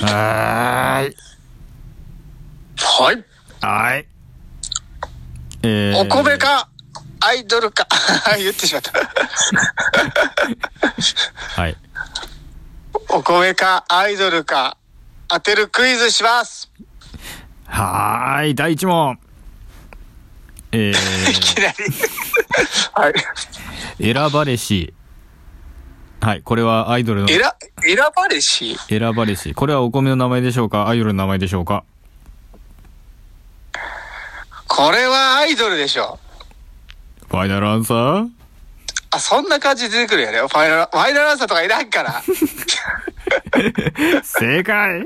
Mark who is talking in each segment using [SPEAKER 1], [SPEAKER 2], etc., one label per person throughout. [SPEAKER 1] はーい。
[SPEAKER 2] はい。
[SPEAKER 1] はい。えー
[SPEAKER 2] お米か、アイドルか。 言ってしまった。
[SPEAKER 1] はい。
[SPEAKER 2] お米か、アイドルか、当てるクイズします。
[SPEAKER 1] はーい。第一問。え
[SPEAKER 2] いきなり。 はい。
[SPEAKER 1] ー、 選ばれし。はい。これはアイドルの
[SPEAKER 2] 選、選ばれし、
[SPEAKER 1] 選ばれし。これはお米の名前でしょうかアイドルの名前でしょうか
[SPEAKER 2] これはアイドルでしょ。
[SPEAKER 1] ファイナルアンサー
[SPEAKER 2] あ、そんな感じで出てくるよね。ファイナル、ファイナルアンサーとかいらん から。
[SPEAKER 1] 正解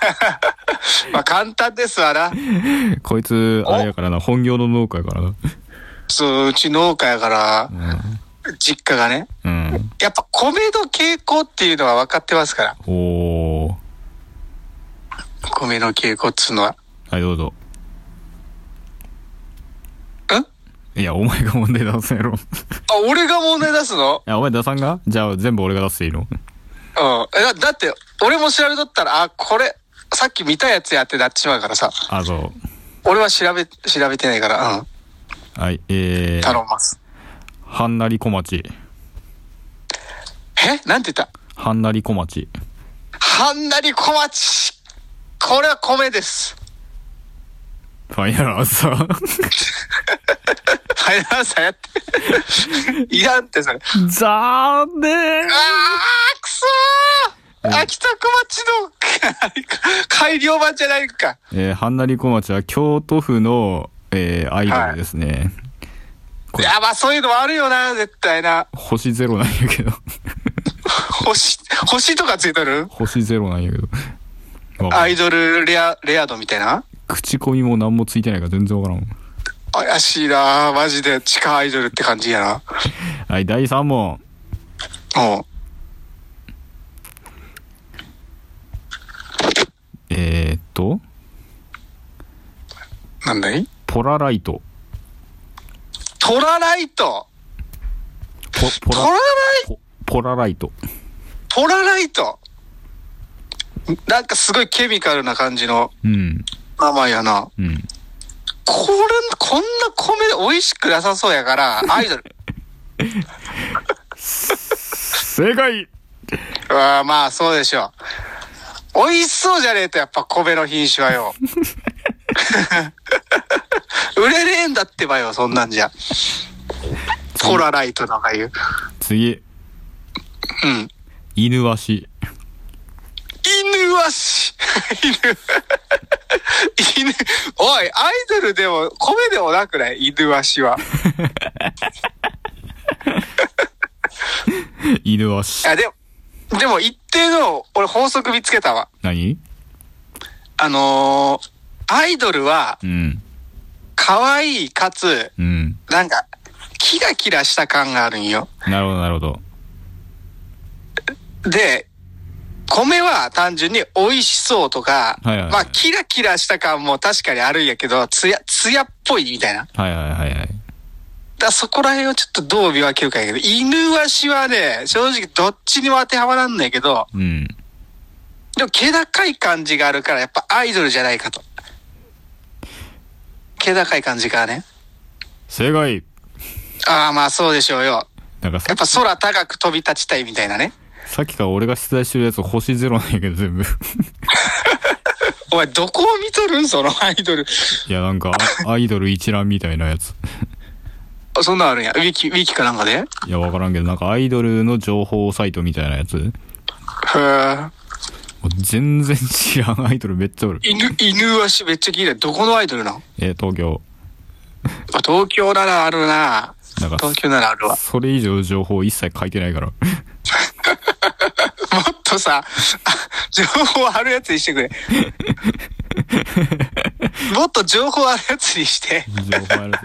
[SPEAKER 2] まあ簡単ですわな。
[SPEAKER 1] こいつ、あれやからな、本業の農家やからな。
[SPEAKER 2] そう、うち農家やから、実家がね。
[SPEAKER 1] うん。うん
[SPEAKER 2] やっぱ米の傾向っていうのは分かってますから。
[SPEAKER 1] おー。
[SPEAKER 2] 米の傾向っつうのは。
[SPEAKER 1] はい、どうぞ。
[SPEAKER 2] んあ、
[SPEAKER 1] いや、お前が問題出すんやろ。い
[SPEAKER 2] 俺が問題出すの
[SPEAKER 1] や、お前出さんがじゃあ全部俺が出していいの
[SPEAKER 2] うん。えだだって、俺も調べとったら、あ、これ、さっき見たやつやってなってしまうからさ。
[SPEAKER 1] あ、そう。
[SPEAKER 2] 俺は調べ、調べてないから、うん。
[SPEAKER 1] はい、えー、
[SPEAKER 2] 頼みます。
[SPEAKER 1] はんなり小町。
[SPEAKER 2] えなんて言った
[SPEAKER 1] はんなり小町。
[SPEAKER 2] はんなり小町これは米です。
[SPEAKER 1] ファイナルアンサー。
[SPEAKER 2] ファイナルアンサーやって。 いらんって、それ。
[SPEAKER 1] 残念
[SPEAKER 2] あー、くそー秋田小町の 改良版じゃないか。
[SPEAKER 1] えー、はんなり小町は京都府の、えー、アイドルですね。
[SPEAKER 2] いや、まあそういうのもあるよな、絶対な。
[SPEAKER 1] 星ゼロなんやけど。
[SPEAKER 2] 星、星とかついとる
[SPEAKER 1] 星ゼロなんやけど。まあ
[SPEAKER 2] アイドルレア、レア度みたいな
[SPEAKER 1] 口コミも何もついてないから全然わからん。
[SPEAKER 2] 怪しいなマジで地下アイドルって感じやな。
[SPEAKER 1] はい、第3問。
[SPEAKER 2] うん。
[SPEAKER 1] えー、っと、
[SPEAKER 2] なんだい
[SPEAKER 1] ポラライト。
[SPEAKER 2] トラライト
[SPEAKER 1] ポ、ポ
[SPEAKER 2] トララ
[SPEAKER 1] ラ、
[SPEAKER 2] イ
[SPEAKER 1] ポポラライト。
[SPEAKER 2] トラライトなんかすごいケミカルな感じの
[SPEAKER 1] うん、
[SPEAKER 2] 名前やな。
[SPEAKER 1] うん。
[SPEAKER 2] これ、こんな米美味しくなさそうやから、アイドル。
[SPEAKER 1] 正解
[SPEAKER 2] うわーまあそうでしょう。美味しそうじゃねえとやっぱ米の品種はよ。 売れねえんだってばよ、そんなんじゃ。トラライトなんか言う。
[SPEAKER 1] 次、
[SPEAKER 2] うん。
[SPEAKER 1] 犬わし。
[SPEAKER 2] 犬はし、 犬、犬、おい、アイドルでも、米でもなくない犬はしは。
[SPEAKER 1] 犬わし
[SPEAKER 2] い。や、でも、でも一定の、俺法則見つけたわ。
[SPEAKER 1] 何
[SPEAKER 2] あのーアイドルは、
[SPEAKER 1] うん、
[SPEAKER 2] 可愛いかつ、
[SPEAKER 1] うん。
[SPEAKER 2] なんか、キラキラした感があるんよ。
[SPEAKER 1] なるほど、なるほど。
[SPEAKER 2] で、米は単純に美味しそうとか、
[SPEAKER 1] はいはいはい
[SPEAKER 2] まあ、キラキラした感も確かにあるんやけど、ツヤ、ツヤっぽいみたいな。
[SPEAKER 1] はいはいはいはい。
[SPEAKER 2] だからそこら辺をちょっとどう見分けるかやけど、犬わしはね、正直どっちにも当てはまらんないけど、
[SPEAKER 1] うん。
[SPEAKER 2] でも気高い感じがあるから、やっぱアイドルじゃないかと。気高い感じがね。
[SPEAKER 1] 正解
[SPEAKER 2] ああ、まあそうでしょうよ。
[SPEAKER 1] なんかさ
[SPEAKER 2] やっぱ空高く飛び立ちたいみたいなね。
[SPEAKER 1] さっきから俺が出題してるやつ星ゼロなんやけど全部。
[SPEAKER 2] お前どこを見とるんそのアイドル。
[SPEAKER 1] いや、なんかアアイドル一覧みたいなやつ。
[SPEAKER 2] あそんなんあるんや。ウィキ、ウィキかなんかで、
[SPEAKER 1] いや、わからんけど、なんかアイドルの情報サイトみたいなやつ。も
[SPEAKER 2] へー
[SPEAKER 1] う全然知らんアイドルめっちゃおる。
[SPEAKER 2] 犬、犬わしめっちゃ綺麗。どこのアイドルなん
[SPEAKER 1] えー、東京。
[SPEAKER 2] あ東京ならあるな。
[SPEAKER 1] なんか
[SPEAKER 2] 東、京ならあるわ。
[SPEAKER 1] それ以上情報一切書いてないから。
[SPEAKER 2] もっとさ、 あ情報あるやつにしてく れ。もっと情報あるやつにして。
[SPEAKER 1] 情報あるや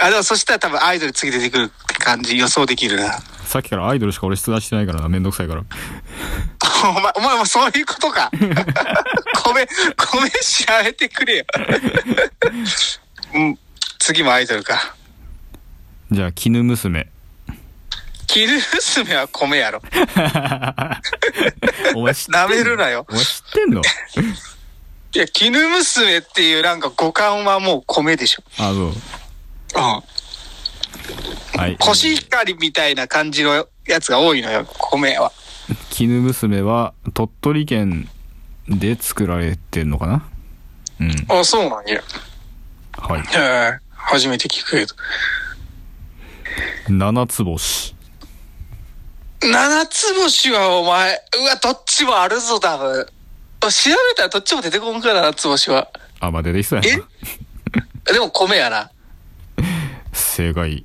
[SPEAKER 2] あ、でもそしたら多分アイドル次出てくるって感じ予想できるな。
[SPEAKER 1] つ。さっきからアイドルしか俺出題してないからな、めんどくさいから。
[SPEAKER 2] お前、お前もそういうことか。 米、米調べてくれよ。うん。次もアイドルか。
[SPEAKER 1] じゃあ、絹娘。
[SPEAKER 2] キル娘は米やろ。
[SPEAKER 1] お前知ってんの
[SPEAKER 2] 舐めるなよ。
[SPEAKER 1] お前知ってんの
[SPEAKER 2] いや、絹娘っていうなんか五感はもう米でしょ。
[SPEAKER 1] あ、そう。
[SPEAKER 2] うん。
[SPEAKER 1] はい。
[SPEAKER 2] コシヒカリみたいな感じのやつが多いのよ、米は。
[SPEAKER 1] 絹娘は鳥取県で作られてるのかなうん。
[SPEAKER 2] あ、そうなんや。
[SPEAKER 1] はい。
[SPEAKER 2] へえ、初めて聞くけど。
[SPEAKER 1] 七つ星。
[SPEAKER 2] 七つ星はお前、うわ、どっちもあるぞ、多分。調べたらどっちも出てこんから、七つ星は。
[SPEAKER 1] あ、まあ、出てきそうやな。
[SPEAKER 2] でも米やな。
[SPEAKER 1] 正解。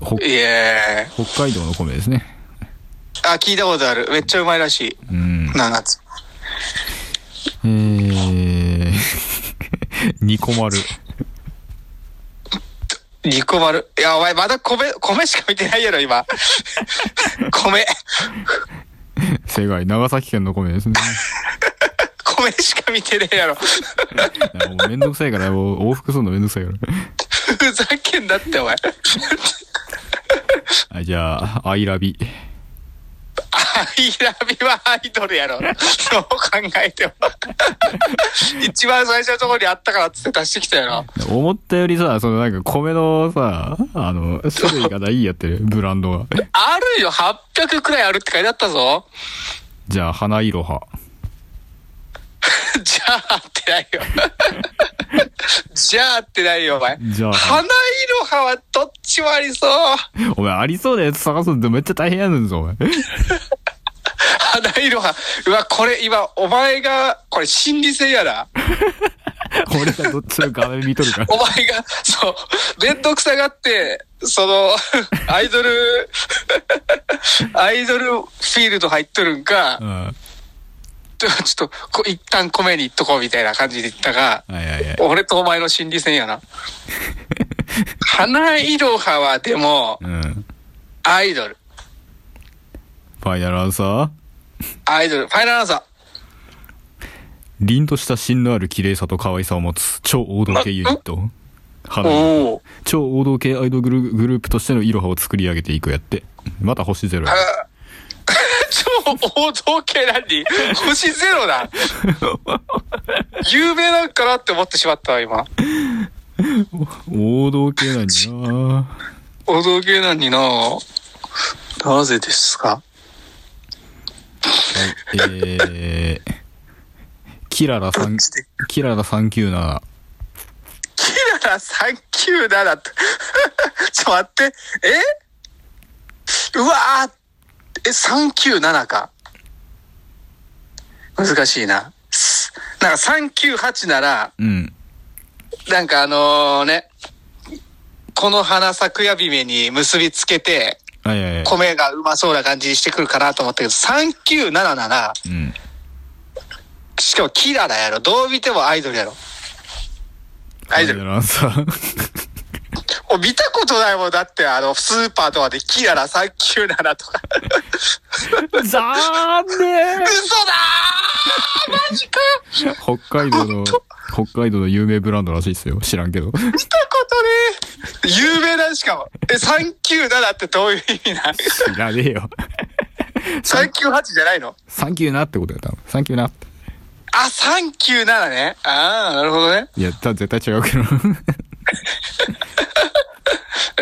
[SPEAKER 1] ほ
[SPEAKER 2] いえ
[SPEAKER 1] 北海道の米ですね。
[SPEAKER 2] あ、聞いたことある。めっちゃうまいらしい。
[SPEAKER 1] うん。
[SPEAKER 2] 七つ。
[SPEAKER 1] えー、 ニコ丸。
[SPEAKER 2] リコ丸。いや、お前まだ米、米しか見てないやろ、今。 米。
[SPEAKER 1] 正解。長崎県の米ですね。
[SPEAKER 2] 米しか見てねえやろ。
[SPEAKER 1] いやもうめんどくさいから、もう往復するのめんどくさいから。
[SPEAKER 2] ふざけんなって、お前。
[SPEAKER 1] はい、じゃあ、アイラビ。
[SPEAKER 2] アイラビはアイドルやろ。そう考えても。一番最初のところにあったからっつって出してきたやろ。
[SPEAKER 1] 思ったよりさ、そのなんか米のさ、あの、種類がないやってる、ブランドが。
[SPEAKER 2] あるよ、800くらいあるって書いてあったぞ。
[SPEAKER 1] じゃあ、花いろは。
[SPEAKER 2] じゃあってないよ。じゃあってないよ、お前。
[SPEAKER 1] じゃあ、
[SPEAKER 2] 花いろははどっちもありそう。
[SPEAKER 1] お前ありそうなやつ探すのめっちゃ大変やねんぞ、お 前。
[SPEAKER 2] 花いろは。うわ、これ今、お前が、これ心理戦やな。
[SPEAKER 1] 俺がどっちの画面見とる か。
[SPEAKER 2] お前が、そう、めんどくさがって、その、 アイドル、アイドルフィールド入っとるんか
[SPEAKER 1] う、ん。は
[SPEAKER 2] ちょっと、こ一旦米に行っとこうみたいな感じで言ったが、
[SPEAKER 1] いはいはい。
[SPEAKER 2] 俺とお前の心理戦やな。花いろははでも、
[SPEAKER 1] うん。フ
[SPEAKER 2] アイドル、
[SPEAKER 1] ァイナルアンサー
[SPEAKER 2] アイドル、ファイナルアンサ
[SPEAKER 1] 凛とした芯のある綺麗さと可愛さを持つ超王道系ユニット。
[SPEAKER 2] ー。
[SPEAKER 1] 花いろは
[SPEAKER 2] おお。
[SPEAKER 1] 超王道系アイドルグルグループとしてのイロハを作り上げていくやって。また星ゼロや。
[SPEAKER 2] 超王道系何星ゼロ だ。有名なんかなって思ってしまったわ、今。
[SPEAKER 1] 王道系なんや な
[SPEAKER 2] お道芸なのにななぜですか
[SPEAKER 1] はい、えー、キララ3、キララ397。
[SPEAKER 2] キララ397と。 ちょっと待って。えうわーえ、397か。難しいな。すなんか398なら、
[SPEAKER 1] うん。
[SPEAKER 2] なんかあのね、この花咲くやびめに結びつけて、
[SPEAKER 1] はいはいはい。
[SPEAKER 2] 米がうまそうな感じにしてくるかなと思ったけど、397なら、
[SPEAKER 1] うん。
[SPEAKER 2] しかもキララやろ。どう見てもアイドルやろ。アイドル。
[SPEAKER 1] ルアンサー。
[SPEAKER 2] お見たことないもんだって、あの、スーパーとかでキララ397と か。
[SPEAKER 1] ざーね
[SPEAKER 2] 嘘だーマジか見
[SPEAKER 1] ー北海道の、北海道の有名ブランドらしいですよ。知らんけど。
[SPEAKER 2] たことねー有名だしかも。え、397ってどういう意味 なん
[SPEAKER 1] 知らねえよ。
[SPEAKER 2] ?398 じゃないの
[SPEAKER 1] サンキューなってことやったの。サンキューな。
[SPEAKER 2] あ、397ね。ああ、なるほどね。
[SPEAKER 1] いや、た絶対違うけど。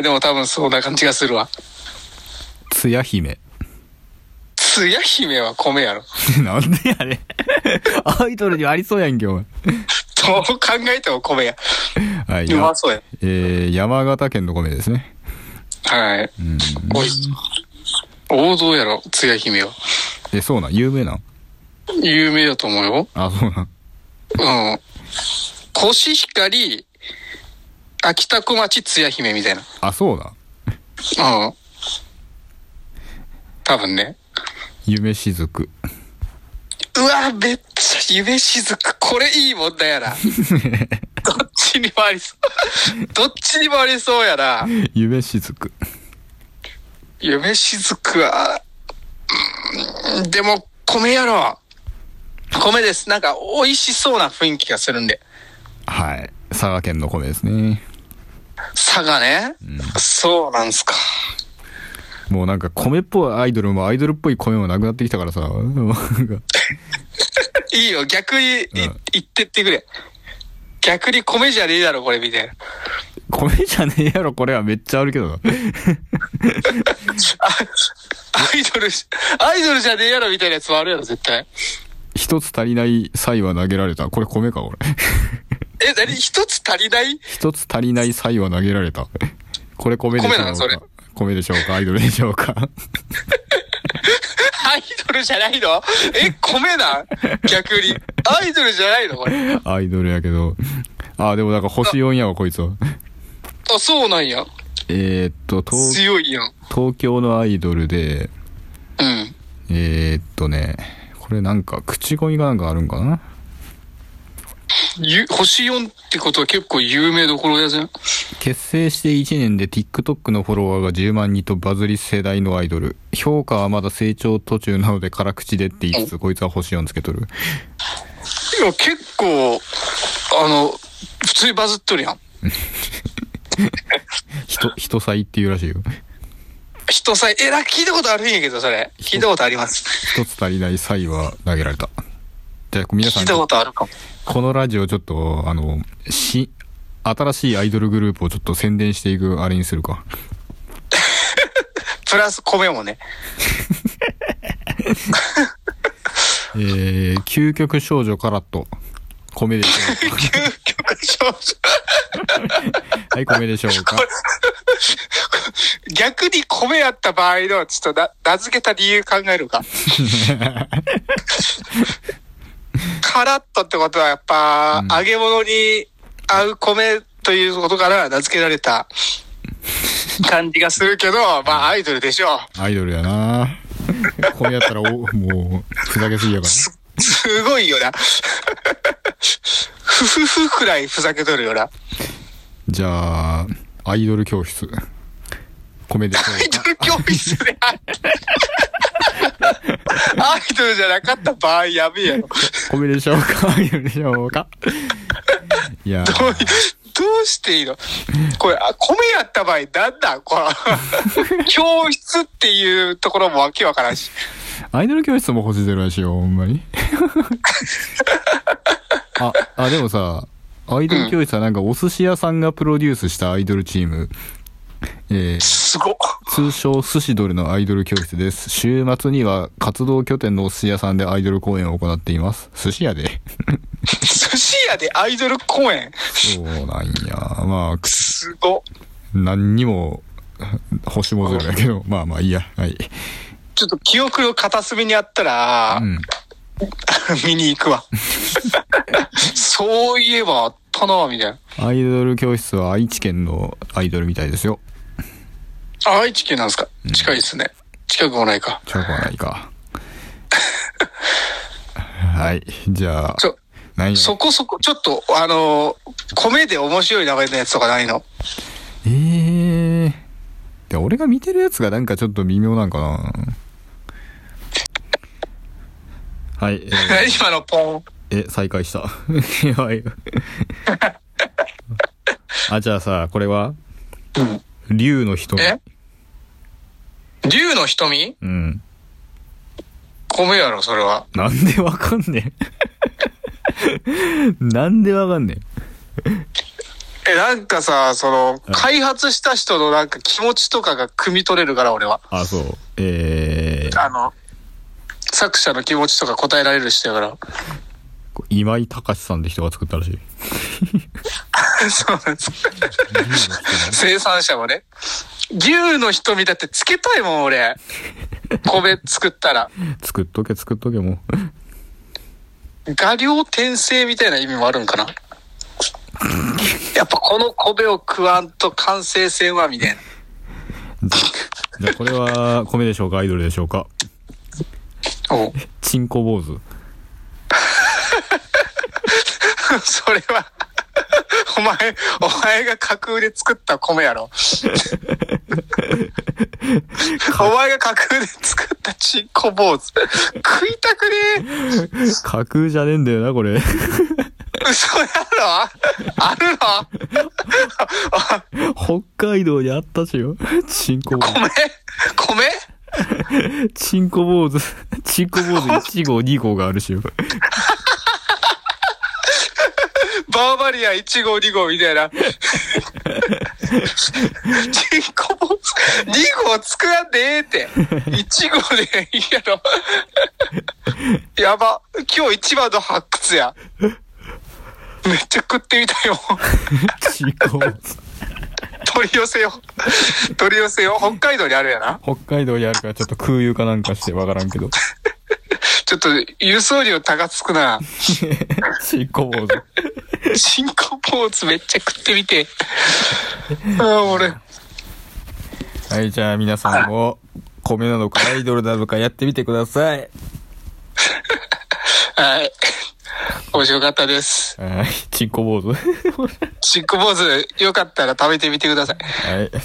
[SPEAKER 2] でも多分そんな感じがするわ。
[SPEAKER 1] つや姫。
[SPEAKER 2] つや姫は米やろ。
[SPEAKER 1] なんでやねアイドルにありそうやんけ、お前。
[SPEAKER 2] どう考えても米や。。
[SPEAKER 1] はいう
[SPEAKER 2] まそうや。
[SPEAKER 1] えー、山形県の米ですね。
[SPEAKER 2] はい。
[SPEAKER 1] うん。
[SPEAKER 2] おい王道やろ、つや姫は。
[SPEAKER 1] え、そうなん有名なん
[SPEAKER 2] 有名だと思うよ。
[SPEAKER 1] あ、そうなん
[SPEAKER 2] うん。コシヒカリ、秋田小町、つや姫みたいな。
[SPEAKER 1] あ、そうなん
[SPEAKER 2] うん。多分ね。
[SPEAKER 1] 夢しずく。
[SPEAKER 2] うわ、めっちゃ夢しずく。これいい問題や な。どっちにもありそう。どっちにもありそうやな。
[SPEAKER 1] 夢しずく。
[SPEAKER 2] 夢しずくは、うんでも、米やろ。米です。なんか、美味しそうな雰囲気がするんで。
[SPEAKER 1] はい。佐賀県の米ですね。
[SPEAKER 2] 佐賀ね。そうなんすか。
[SPEAKER 1] もうなんか米っぽいアイドルもアイドルっぽい米もなくなってきたからさ、なんか
[SPEAKER 2] いいよ、逆にい
[SPEAKER 1] うん
[SPEAKER 2] 言ってってくれ。逆に米じゃねえだろ、これ、みたいな。
[SPEAKER 1] 米じゃねえやろ、これはめっちゃあるけどな。
[SPEAKER 2] あアイドル、アイドルじゃねえやろ、みたいなやつもあるやろ、絶対。
[SPEAKER 1] 一つ足りない際は投げられた。これ米か、これ。
[SPEAKER 2] え、何一つ足りない
[SPEAKER 1] 一つ足りない際は投げられた。これ米でしょう
[SPEAKER 2] 米なのそれ
[SPEAKER 1] か米でしょうかアイドルでしょう か
[SPEAKER 2] アイドルじゃないのえ、米なん逆に。アイドルじゃないのこれ。
[SPEAKER 1] アイドルやけど。あ、でもなんか星4やわ、こいつは。
[SPEAKER 2] あ、そうなんや。
[SPEAKER 1] えーっと、東、
[SPEAKER 2] 強いやん。
[SPEAKER 1] 東京のアイドルで、
[SPEAKER 2] うん。
[SPEAKER 1] えーっとね、これなんか、口コミがなんかあるんかな
[SPEAKER 2] ゆ星4ってことは結構有名どころやぜん。
[SPEAKER 1] 結成して1年で TikTok のフォロワーが10万人とバズり世代のアイドル。評価はまだ成長途中なので辛口でって言いつつ、こいつは星4つけとる。
[SPEAKER 2] いや、結構、あの、普通にバズっとるやん。
[SPEAKER 1] 人、人才っていうらしいよ。
[SPEAKER 2] 人さえ、え、なんか聞いたことあるんやけど、それ。聞いたことあります。
[SPEAKER 1] 一つ足りない際は投げられた。じゃあ皆さ
[SPEAKER 2] 聞
[SPEAKER 1] ん
[SPEAKER 2] い、たことあるかも。
[SPEAKER 1] このラジオちょっと、あの、し、新しいアイドルグループをちょっと宣伝していくあれにするか。
[SPEAKER 2] プラス米もね。
[SPEAKER 1] えー、究極少女カラット。米でしょう
[SPEAKER 2] 究極少女。
[SPEAKER 1] か。はい、米でしょ うか。
[SPEAKER 2] 逆に米やった場合の、ちょっとな、名付けた理由考えるか。カラッとってことはやっぱ、揚げ物に合う米ということから名付けられた感じがするけど、まあアイドルでしょう。
[SPEAKER 1] アイドルやな米やったらお、もう、ふざけすぎやから。
[SPEAKER 2] す、すごいよな。ふふふくらいふざけとるよな。
[SPEAKER 1] じゃあ、アイドル教室。米でしょ
[SPEAKER 2] アイ
[SPEAKER 1] う
[SPEAKER 2] ド
[SPEAKER 1] か。
[SPEAKER 2] ル教室であるアイドルじゃなかった場合やべえやろ。ど
[SPEAKER 1] 米でしょうか。アイドルでしょうか。いやー
[SPEAKER 2] う、どうしていいのこれ、あ、米やった場合、なんだこ の教室っていうところもわけわからんし。
[SPEAKER 1] アイドル教室も星ゼロやしよ、ほんま に。あ、あ、でもさ、アイドル教室はなんかお寿司屋さんがプロデュースしたアイドルチーム、えー
[SPEAKER 2] すごっ。
[SPEAKER 1] 通称寿司ドルのアイドル教室です。週末には活動拠点のお寿司屋さんでアイドル公演を行っています。寿司屋 で
[SPEAKER 2] 寿司屋でアイドル公演。
[SPEAKER 1] そうなんや。まあ、く
[SPEAKER 2] すごっ。
[SPEAKER 1] 何にも、星もゼロやけど、まあまあいいや。はい。
[SPEAKER 2] ちょっと記憶の片隅にあったら、
[SPEAKER 1] うん。
[SPEAKER 2] 見に行くわ。そういえばあったな、みたいな。
[SPEAKER 1] アイドル教室は愛知県のアイドルみたいですよ。
[SPEAKER 2] あ愛知県なんですか近いですね。近くもないか。
[SPEAKER 1] チョコはない か。はい。じゃあ、
[SPEAKER 2] ちょ、
[SPEAKER 1] 何や
[SPEAKER 2] そこそこ、ちょっと、あのー米で面白い名前のやつとかないの
[SPEAKER 1] えー。で、俺が見てるやつがなんかちょっと微妙なんかな。はい。えー
[SPEAKER 2] 何今のポン。
[SPEAKER 1] え、再開した。 やばい。あ、じゃあさ、これは竜の人。
[SPEAKER 2] え竜の瞳
[SPEAKER 1] うん。
[SPEAKER 2] 米やろ、それは。
[SPEAKER 1] なんでわかんねえ。なん でわかんね
[SPEAKER 2] え、なんかさ、その、開発した人のなんか気持ちとかが汲み取れるから、俺は。
[SPEAKER 1] え。あ、そう。えー、
[SPEAKER 2] あの、作者の気持ちとか答えられる人やから。
[SPEAKER 1] 今井隆さんって人が作ったらしい。
[SPEAKER 2] そうなんです。生産者もね。牛の瞳だってつけたいもん、俺。米作ったら。
[SPEAKER 1] 作っとけ作っとけもう
[SPEAKER 2] 画量転生みたいな意味もあるんかな。やっぱこの米を食わんと完成せんわ、みたい
[SPEAKER 1] じ
[SPEAKER 2] な。
[SPEAKER 1] ゃあこれは米でしょうかアイドルでしょうか
[SPEAKER 2] お
[SPEAKER 1] チンコ坊主
[SPEAKER 2] それは、お前、お前が架空で作った米やろ。お前が架空で作ったちんこ坊主。食いたくねえ。
[SPEAKER 1] 架空じゃねえんだよなこれ
[SPEAKER 2] 嘘やろあるの
[SPEAKER 1] 北海道にあったしよチンコ坊主
[SPEAKER 2] 米米
[SPEAKER 1] チンコ坊主、チンコ坊主1号2号があるし。
[SPEAKER 2] バーバリア1号2号みたいな。人口ボス2号作らんでええって。1号でいいやろ。やば。今日一番の発掘や。めっちゃ食ってみたいよ。
[SPEAKER 1] チンコ坊主。
[SPEAKER 2] 取り寄せよう。取り寄せよう。北海道にあるやな。
[SPEAKER 1] 北海道にあるからちょっと空輸かなんかしてわからんけど。
[SPEAKER 2] ちょっと輸送量高つくな。
[SPEAKER 1] チンコ坊主。
[SPEAKER 2] 新婚ポーズめっちゃ食ってみて。ああ、俺。
[SPEAKER 1] はい、じゃあ皆さんも、米なのかアイドルなのかやってみてください。
[SPEAKER 2] はい。面白かったです。
[SPEAKER 1] はい、チンコ坊主。
[SPEAKER 2] 新婚ポーズよかったら食べてみてください。
[SPEAKER 1] はい。